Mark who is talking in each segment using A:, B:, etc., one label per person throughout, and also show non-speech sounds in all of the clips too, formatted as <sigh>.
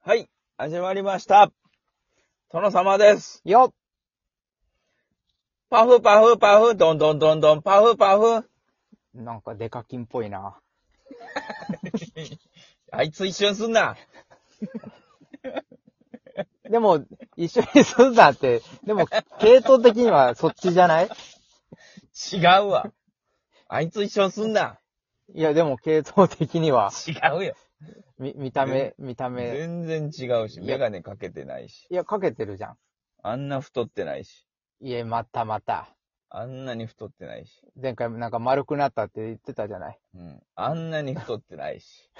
A: はい、始まりました。殿様です。
B: よっ
A: パフパフパフ、どんどんどんどん、パフパフ。
B: なんかデカキンっぽいな。
A: あいつ一瞬すんな。
B: でも、一緒にすんなって、でも、系統的にはそっちじゃない
A: 違うわ。あいつ一瞬すんな。
B: いや、でも系統的には、
A: 違うよ。
B: み、見た目、見た目。
A: 全然違うし、
B: い
A: メ
B: や
A: ガネかけてないし、
B: いや、かけてるじゃ
A: あんな太ってないし、
B: ん。いや、またまた。
A: あんなに太ってないし、
B: 前回もなんか丸くなったって言ってたじゃない。
A: うん、あんなに太ってない
B: <laughs>
A: し、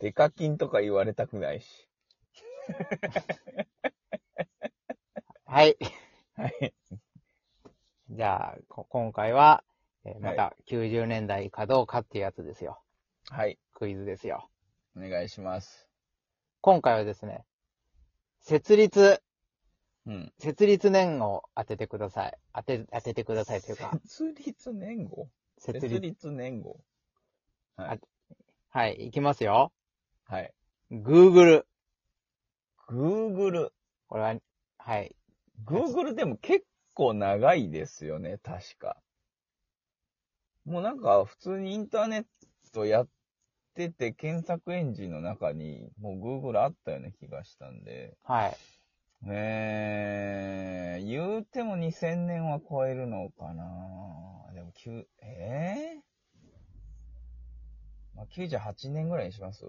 A: デカキンとか言われたくないし。
B: はい。
A: はい。
B: じゃあ、こ今回は、えー
A: は
B: ま
A: い
B: た90年代かどうかっていうやつですよ。
A: はい、
B: クイズですよ。
A: お願いします。
B: 今回はですね、設立、
A: うん。
B: 設立年を当ててください。当て、当ててくださいというか、
A: 設立年号
B: 設
A: 設
B: 立。
A: 立年号。
B: はい、いきますよ。
A: はい。
B: Google。
A: Google。
B: これは、はい。
A: Google でも結構長いですよね、確か。もうなんか普通にインターネットやってて検索エンジンの中にもう Google あったような気がしたんで。
B: はい。
A: えー、言うても2000年は超えるのかなでも9、えーまあ、98年ぐらいにします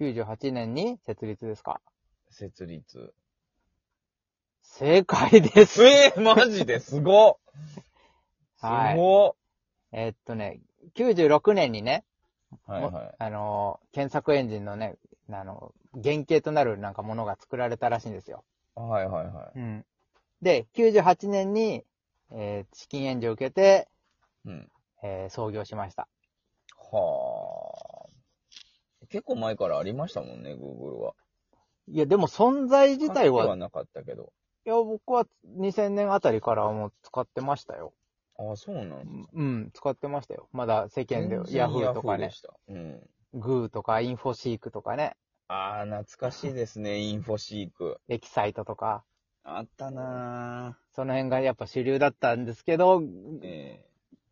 B: 98年に設立ですか
A: 設立。
B: 正解です。
A: えー、マジですごっす
B: <laughs> はい
A: ごっ
B: えーっとね、96年にね、
A: はいはい。
B: あのー、検索エンジンのね、あの、原型となるなんかものが作られたらしいんですよ。
A: はいはいは
B: うん。で、98年に、えー資金援助を受けて、
A: い。うん。
B: えー創業しました。
A: はあ。結構前からありましたもんね、Google は。
B: いや、でも存在自体
A: 使って
B: は、
A: なかったけど。
B: いや、僕は2000年あたりからもう使ってましたよ。
A: ああ、そうなんです
B: うん、使ってましたよ。まだ世間で
A: 全然
B: ヤフーとか
A: Yahoo
B: ね
A: で。した。うん。
B: グーとかインフォシークとかね、
A: ああ、懐かしいですね、 <laughs> インフォシーク。
B: エキサイトとか、
A: あったな
B: その辺がやっぱ主流だったんですけど、
A: ぁ。え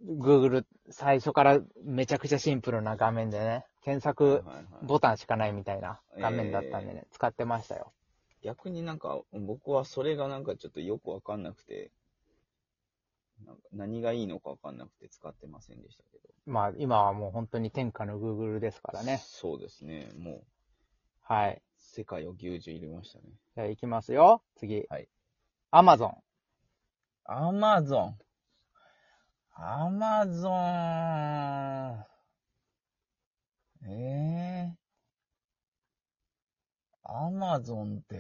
B: Google 最初からめちゃくちゃシンプルな画面でね、検
A: え
B: 索
A: はいはい
B: ボタンしかないみたいな画面だったんでね、使ってましたよ。
A: 逆になんか、僕はそれがなんかちょっとよくわかんなくて、なんか何がいいのかわかんなくて使ってませんでしたけど。
B: まあ今はもう本当に天下の Google ですからね。
A: そうですね。もう、
B: はい。
A: 世界を牛耳入れましたね。
B: じゃあ行きますよ。次。
A: はい。
B: Amazon。
A: アマゾン。アマゾン。ええアマゾンって、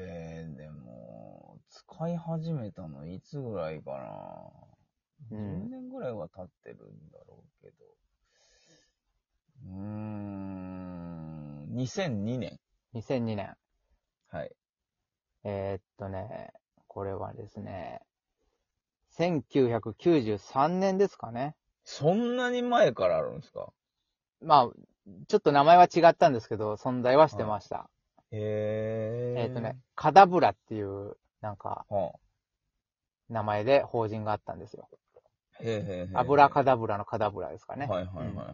A: でも、使い始めたのいつぐらいかな。
B: う
A: 10
B: ん。
A: 年ぐらいは経ってるんだろうけど。うーん、2002年。
B: 2002年。
A: はい。
B: えーっとね、これはですね、1993年ですかね。
A: そんなに前からあるんですか
B: まあ、ちょっと名前は違ったんですけど、存在はしてました。
A: へえ。
B: えーっとね。、カダブラっていう、なんか、
A: はあ、
B: 名前で法人があったんですよ。
A: へーへーへー
B: アブラカダブラのカダブラですかね。
A: はいはいはいは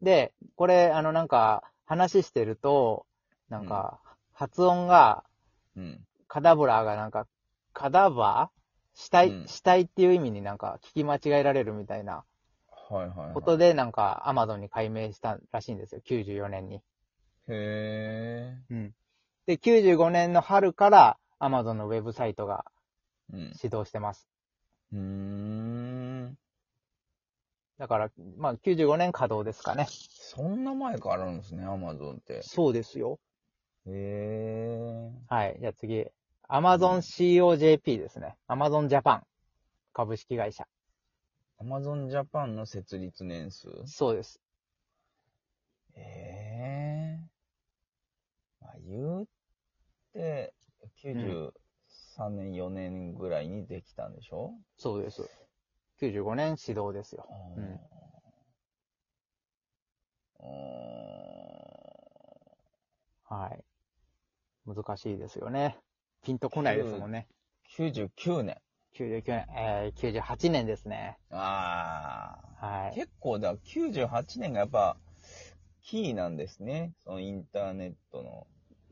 A: い。
B: で、これ、あの、なんか、話してると、なんか、発音が、
A: うん。
B: カダブラがなんか、カダバ死体、
A: うん
B: 死体っていう意味になんか聞き間違えられるみたいな
A: はいはい、はい。
B: ことで、なんか、アマゾンに改名したらしいんですよ。94年に。
A: へ
B: うん。で、95年の春から、アマゾンのウェブサイトが
A: え。うん。
B: 始動してます。
A: うーん。
B: だから、まあ、95年稼働ですかね。
A: そんな前からあるんですね、アマゾンって。へ
B: そうですよ。
A: え。
B: はい。じゃあ次。アマゾン COJP ですね。アマゾンジャパン株式会社。
A: アマゾンジャパンの設立年数
B: そうです。
A: へえ。まあ、言うて、93年、4年ぐらいにできたんでしょ、
B: そうです。95年始動ですよ。
A: う
B: うんん
A: うーん
B: はい。難しいですよね。ピンとこないですもんね。
A: 99年。
B: 99年、えー、98年ですね。
A: ああ。
B: はい。
A: 結構だ、98年がやっぱ、キーなんですね。そのインターネットの。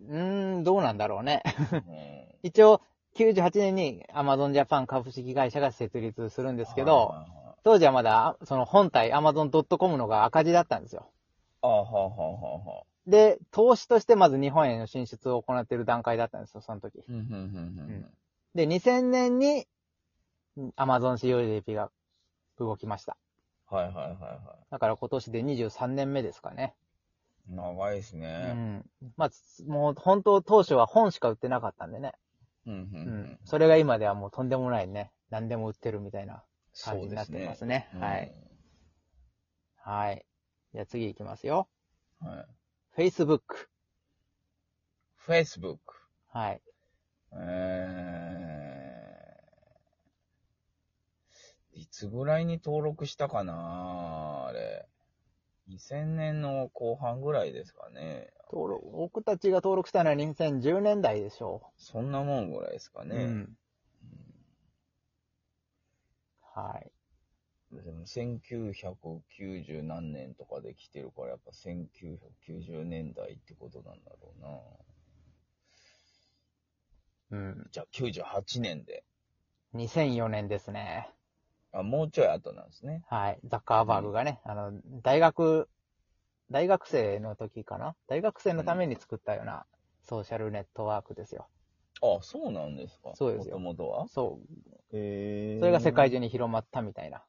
B: うーん、どうなんだろうね。 <laughs>
A: うん
B: 一応、98年に Amazon Japan 株式会社が設立するんですけど、
A: はい
B: 当時はまだ、その本体 Amazon.com のが赤字だったんですよ。
A: はいはいあーはあはあはあはあ。
B: で、投資としてまず日本への進出を行っている段階だったんですよ、その時。
A: うんうんうん
B: で、2000年に Amazon COJP が動きました。
A: うん。はいはいはいは
B: だから今年で23年目ですかね。
A: い。長いです
B: う
A: ね。
B: ん。まあ、つもう本当当初は本しか売ってなかったんでね。
A: うんうんう
B: うんん。。それが今ではもうとんでもないね。何でも売ってるみたいな
A: そ
B: 感じ
A: う
B: に
A: で
B: なっ
A: す
B: てま
A: ね。
B: すね。はい。はい。じゃあ次行きますよ。
A: うん。はい。
B: Facebook。
A: Facebook。
B: はい。
A: えー、いつぐらいに登録したかなあれ。2000年の後半ぐらいですかね。
B: 登録、僕たちが登録したのは2010年代でしょ
A: そんなもんぐらいですか
B: う。
A: ね。
B: うん。はい。
A: でも1990何年とかで来てるから、やっぱ1990年代ってことなんだろうな。
B: うん。
A: じゃあ98年で。
B: 2004年ですね。
A: あ、もうちょい後なんですね。
B: はい。ザッカーバーグがね、あの、大学、大学生の時かな大学生のために作ったようなソーシャルネットワークですよ。
A: あ、そうなんですか。
B: そうですよ
A: もともとは
B: そう。
A: へえ。
B: それが世界中に広まったみたいな。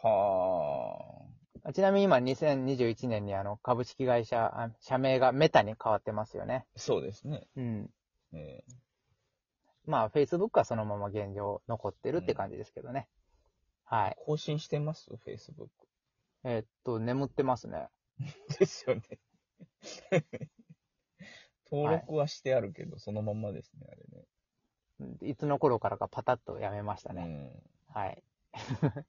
A: は
B: あちなみに今2021年にあの株式会社、あ社名がメタに変わってますよね。
A: あ。そうですね。
B: うん。
A: えー
B: まあ Facebook はそのまま現状残ってるって感じですけどね。はい。
A: 更新してます ?Facebook。 <laughs>
B: えーっと、眠ってますね。
A: ですよね。登録はしてあるけど、そのまんまですね、あ
B: うんいつの頃からかパタッとやめました
A: れ
B: ね。
A: ね。
B: はい。 <laughs>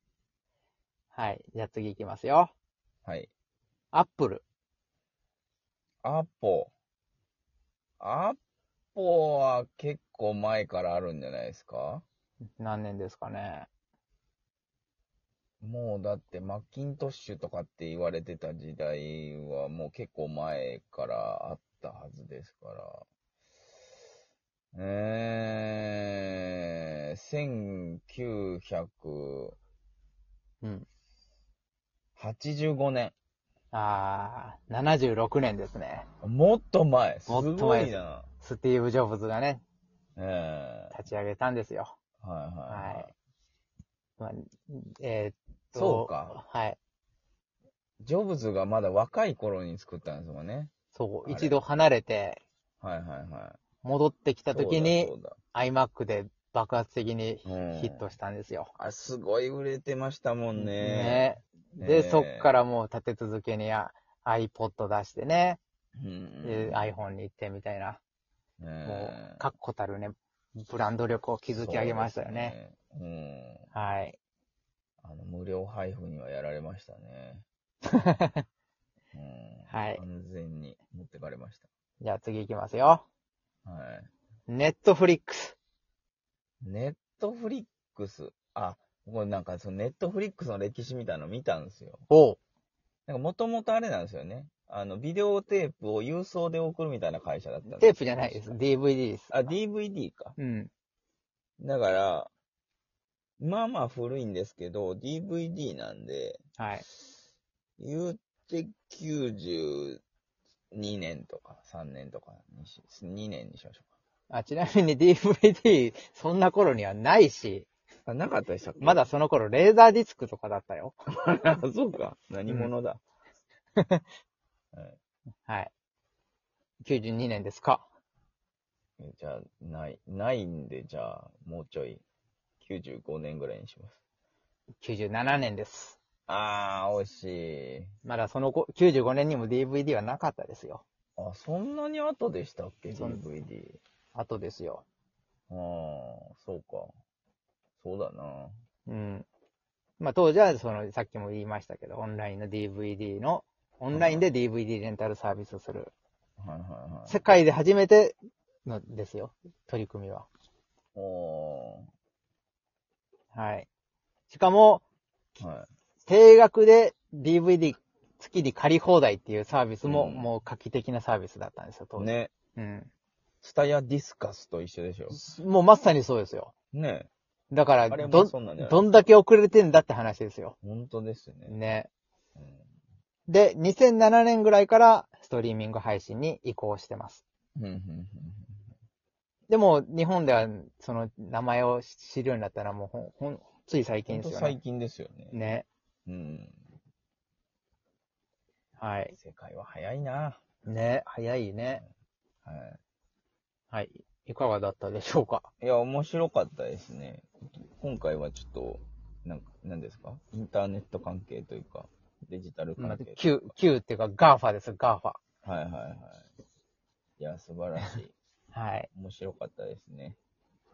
B: はい。じゃあ次行きますよ。
A: うん。はい。
B: アップル。
A: アポ。アポは結構前からあるんじゃないですか
B: 何年ですかね。
A: もうだってマッキントッシュとかって言われてた時代はもう結構前からあったはずですから。えー、
B: うん。
A: 1985年。
B: あー、76年ですね。
A: もっと前。す
B: もっと
A: ご
B: 前
A: いな。
B: スティーブ・ジョブズがね、
A: え
B: 立ち上げたんですよ。
A: ー、はいはい、は
B: はいい。。まあ、えーっと。
A: そうか。
B: はい。
A: ジョブズがまだ若い頃に作ったんですもんね。
B: そう。
A: あれ
B: 一度離れて、
A: はいはいはい。
B: 戻ってきた時に
A: そ、うだ、
B: iMac で爆発的に
A: そうだ
B: ヒットしたんですよ。
A: あ、すごい売れてましたもんね。
B: ねで、
A: ねえ
B: そっからもう立て続けにあ iPod 出してね、
A: うん
B: で iPhone に行ってみたいな、も
A: ね
B: う、確固たるね、ブランド力を築き上げましたよね。
A: そうですね。
B: はい。
A: うん。あの、無料配布にはやられましたね。うん、
B: はい
A: 完全に持ってかれまし
B: <laughs> じゃあ次行きますよ。
A: た。はい。
B: Netflix。
A: ネットフリックス。あ、これなんかそのネットフリックスの歴史みたいなの見たんですよ。
B: おう。
A: なんかもともとあれなんですよね。あの、ビデオテープを郵送で送るみたいな会社だったんです
B: テープじゃないです。DVD です。
A: あ、DVD か。
B: うん。
A: だから、まあまあ古いんですけど、DVD なんで、
B: はい。
A: 言うて92年とか3年とかにし、2年にしましょ
B: あ、ちなみに DVD、そんな頃にはないし、
A: うか。あ、なかったでしたっけ
B: まだその頃レーザーディスクとかだったよ。
A: あ、 <laughs> そうか。何者だ。
B: はい。92年ですか。
A: えじゃあ、ない、ないんで、じゃあ、もうちょい、95年ぐらいにします。
B: 97年です。
A: あー、惜しい。
B: まだそのこ95年にも DVD はなかったですよ。
A: あ、そんなに後でしたっけ
B: そう
A: ?DVD。
B: 後ですよ。
A: あー、そうか。そうだな。
B: うん。まあ当時はその、さっきも言いましたけど、オンラインの DVD の、オンラインで DVD レンタルサービスする。
A: はいはいはい。
B: 世界で初めてのですよ、取り組みは。
A: お
B: はい。しかも、
A: ー。はい。
B: 定額で DVD 月に借り放題っていうサービスも、
A: うん
B: もう画期的なサービスだったんですよ、当時。
A: ね、
B: うん。
A: スタヤディスカスと一緒でしょ。
B: もうまさにそうですよ。
A: ね
B: だか
A: あ
B: ら、
A: れ
B: ど
A: も
B: ん、
A: そんなんじゃない
B: どんだけ遅れてんだって話ですよ。
A: 本当ですね。
B: ね。
A: うん
B: で、2007年ぐらいからストリーミング配信に移行してます。
A: うんうんうん
B: でも、日本では、その、名前を知るようになったのはもうほん、ほん、つい最近
A: 本
B: で
A: 当
B: すよ
A: 最
B: ね。
A: 近ですよね。
B: ね。
A: うん。
B: はい。
A: 世界は早いな。
B: ね、早いね。
A: は
B: はい。いかがだったでしょうか
A: い。いや、面白かったですね。今回はちょっと、なんか、なんですかインターネット関係というか、デジタル関係というか。
B: ?Q、Q っていうか、ガーファです、ガーファ。
A: はいはいはい。いや、素晴らしい。
B: はい。
A: 面白かったですね。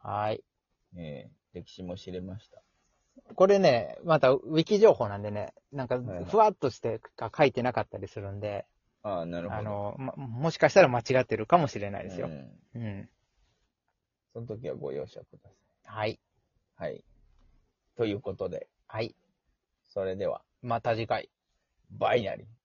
B: はい。
A: ええ歴史も知れました。
B: これね、また、ウィキ情報なんでね、なんか
A: はいはい、
B: ふわっとしてか書いてなかったりするんで、
A: ああ、なるほど。
B: あの、ま、もしかしたら間違ってるかもしれないですよ
A: う。ん
B: うん。
A: その時はご容赦ください。
B: はい。
A: はい。ということで、
B: はい。
A: それでは、
B: また次回。
A: バイナリー。